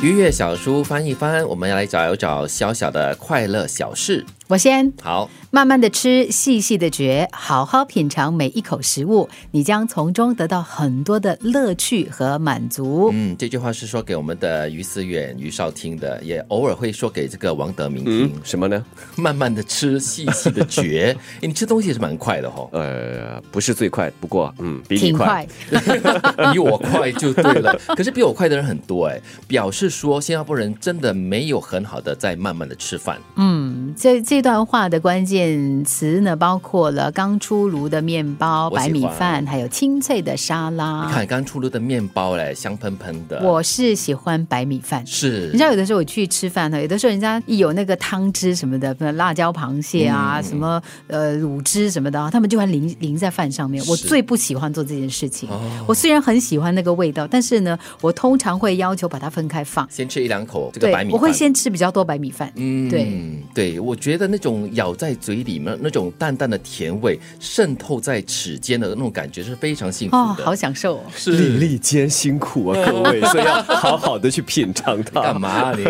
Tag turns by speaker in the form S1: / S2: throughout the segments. S1: 愉悦小书翻一翻，我们要来找一找小小的快乐小事。
S2: 我先
S1: 好，
S2: 慢慢的吃，细细的嚼，好好品尝每一口食物，你将从中得到很多的乐趣和满足。
S1: 嗯，这句话是说给我们的于思远、于少听的，也偶尔会说给这个王德明听。
S2: 嗯
S3: 什么呢？，
S1: 慢慢的吃，细细的 嚼。诶你吃东西也是蛮快的哦
S3: 呃，不是最快，不过嗯，比你
S2: 挺
S3: 快。
S2: 快，
S1: 比我快就对 了。可是比我快的人很多哎，表示说新加坡人真的没有很好的在慢慢的吃饭。
S2: 嗯，这这段话的关键词呢，包括了刚出炉的面包、
S1: 我喜欢
S2: 白米饭，还有清脆的沙
S1: 你
S2: 拉。
S1: 看呃刚出炉的面包嘞，香喷喷的。
S2: 啊我是喜欢白米饭，
S1: 是
S2: 你知道有的时候我去吃饭呢，有的时候人家一有那个汤汁什么的，比如辣椒螃蟹啊，
S1: 嗯
S2: 什么呃卤汁什么的啊，他们就会淋淋在饭上面。我
S1: 是
S2: 最不喜欢做这件事情。
S1: 哦
S2: 我虽然很喜欢那个味道，但是呢，我通常会要求把它分开放。
S1: 先吃一两口这个
S2: 对
S1: 白米，
S2: 我
S1: 饭。
S2: 会先吃比较多白米饭。
S1: 嗯
S2: 对，
S1: 对，我觉得那种咬在嘴里面那种淡淡的甜味渗透在齿间的那种感觉是非常幸福
S2: 哦，
S1: 的。
S2: 好享 受哦。
S3: 粒
S1: 是
S3: 粒皆辛苦啊，各 位，所以要好好的去品尝它
S1: 干。嘛啊你？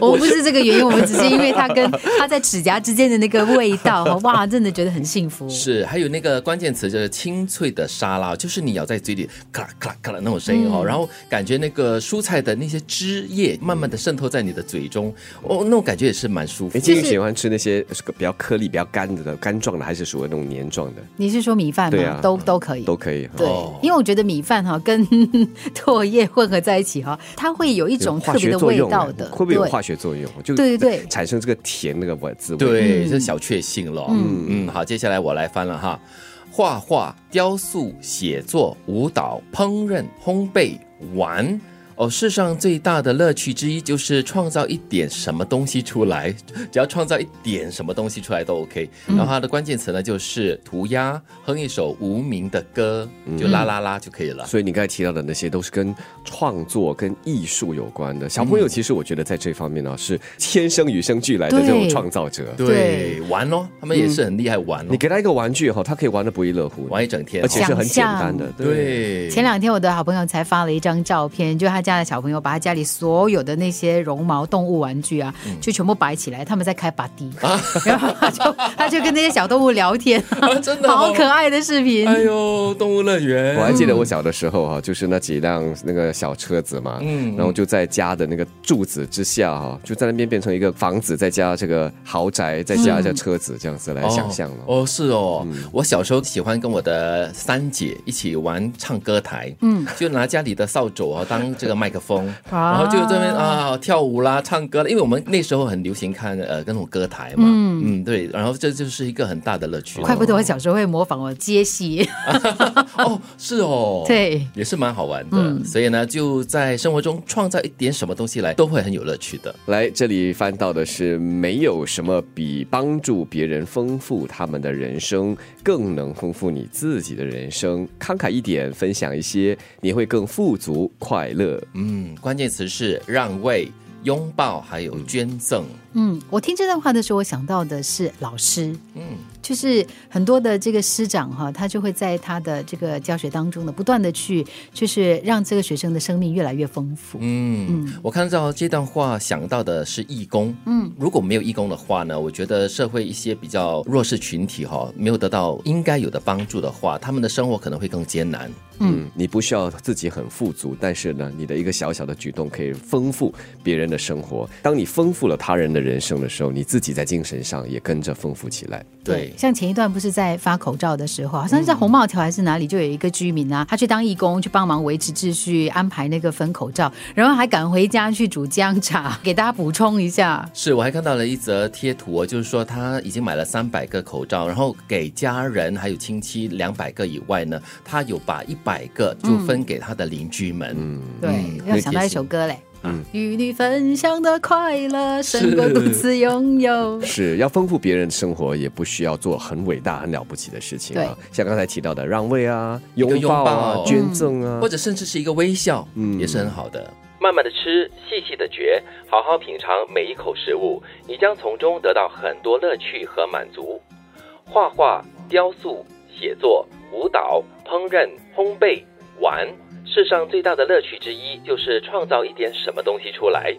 S2: 我们不是这个原因，我们只是因为它 跟它在指甲之间的那个味道，哇，真的觉得很幸福。
S1: 是， 还有那个关键词就是清脆的沙拉，就是你咬在嘴里咔啦咔啦咔啦那种声音哦，
S2: 嗯
S1: 然后感觉那个蔬菜的那些汁液慢慢的渗透在你的嘴中，哦，那种感觉也是蛮舒服的。
S3: 哎，金英喜欢吃那些比较颗粒、比较干的、干状的，还是属于那种黏状的，
S2: 你是说米饭吗？
S3: 对啊
S1: 嗯
S2: 都都可以，
S3: 都可以。
S2: 对
S1: 哦，
S2: 因为我觉得米饭哈、 跟唾液混合在一起哈、它会有一
S3: 有
S2: 种
S3: 化
S2: 特别
S3: 学
S2: 的
S3: 作
S2: 味
S3: 用啊
S2: 道的，
S3: 会不会有
S2: 对
S3: 化学作用？就
S2: 对对对
S3: 产生这个甜那个味滋味。
S1: 对，这是小确幸了。嗯嗯，好，接下来我来翻了哈，画画、雕塑、写作、舞蹈、烹饪、烘焙、玩。哦，世上最大的乐趣之一就是创造一点什么东西出来， 只要创造一点什么东西出来都 OK。然后它的关键词呢就是涂鸦，哼一首无名的歌，就啦啦啦就可以了。
S3: 所以你刚才提到的那些都是跟创作、跟艺术有关的。小朋友其实我觉得在这方面呢、是天生与生俱来的
S2: 对
S3: 这种创造者。
S1: 对，玩咯，他们也是很厉害玩咯
S3: 嗯你，给他一个玩具哈，他可以玩的不亦乐乎，
S1: 玩一整天哦，
S3: 而且是很简单的。
S1: 对，
S2: 前两天我的好朋友才发了一张照片，就他家的小朋友把他家里所有的那些绒毛动物玩具啊，
S3: 嗯
S2: 就全部摆起来，他们在开把迪、
S3: 啊
S2: 然后他就他就跟那些小动物聊天、
S1: 啊真的哦
S2: 好可爱的视频。
S1: 哎呦，动物乐园，
S3: 我还记得我小的时候哈、就是那几辆那个小车子嘛，
S1: 嗯
S3: 然后就在家的那个柱子之下哈、就在那边变成一个房子，再加这个豪宅，再加这车子，这样子来想象了。
S1: 哦哦，是哦、我小时候喜欢跟我的三姐一起玩唱歌台，嗯，就拿家里的扫帚哦当这个麦克风，然后就这边啊跳舞啦、唱歌啦，因为我们那时候很流行看呃那种歌台嘛，嗯对，然后这就是一个很大的乐趣。
S2: 怪不得我小时候会模仿我杰西，
S1: 哦，是哦，，
S2: 对，
S1: 也是蛮好玩的、所以呢，就在生活中创造一点什么东西来，都会很有乐趣的。
S3: 来，这里翻到的是没有什么比帮助别人丰富他们的人生，更能丰富你自己的人生。慷慨一点，分享一些，你会更富足快乐。
S1: 嗯，关键词是让位、拥抱，还有捐赠。
S2: 嗯，我听这段话的时候，我想到的是老师，
S1: 嗯，
S2: 就是很多的这个师长哈，他就会在他的这个教学当中呢，不断的去，就是让这个学生的生命越来越丰富。
S1: 嗯，我看到这段话想到的是义工。嗯，如果没有义工的话呢，我觉得社会一些比较弱势群体哈、没有得到应该有的帮助的话，他们的生活可能会更艰难。
S3: 嗯，你不需要自己很富足，但是呢，你的一个小小的举动可以丰富别人的生活。当你丰富了他人的人生的时候，你自己在精神上也跟着丰富起来。
S1: 对，嗯
S2: 像前一段不是在发口罩的时候，好像是在红帽桥还是哪里，就有一个居民啊，他去当义工，去帮忙维持秩序，安排那个分口罩，然后还赶回家去煮姜茶，给大家补充一下。
S1: 是我还看到了一则贴图哦，就是说他已经买了三百个口罩，然后给家人还有亲戚两百个以外呢，他有把一百个就分给他的邻居们。
S2: 嗯对，
S1: 嗯
S2: 要想到一首歌嘞，与你分享的快乐胜过
S1: 是
S2: 独自拥有。
S3: 是要丰富别人的生活，也不需要做很伟大、很了不起的事情啊。像刚才提到的让位啊、
S1: 个
S3: 拥
S1: 拥
S3: 抱啊、
S1: 抱
S3: 捐赠啊，
S1: 或者甚至是一个微笑，嗯，也是很好的。慢慢的吃，细细的嚼，好好品尝每一口食物，你将从中得到很多乐趣和满足。画画、雕塑、写作、舞蹈、烹饪、烘焙、玩，世上最大的乐趣之一就是创造一点什么东西出来。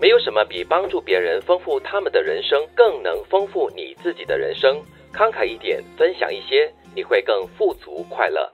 S1: 没有什么比帮助别人丰富他们的人生，更能丰富你自己的人生。慷慨一点，分享一些，你会更富足快乐。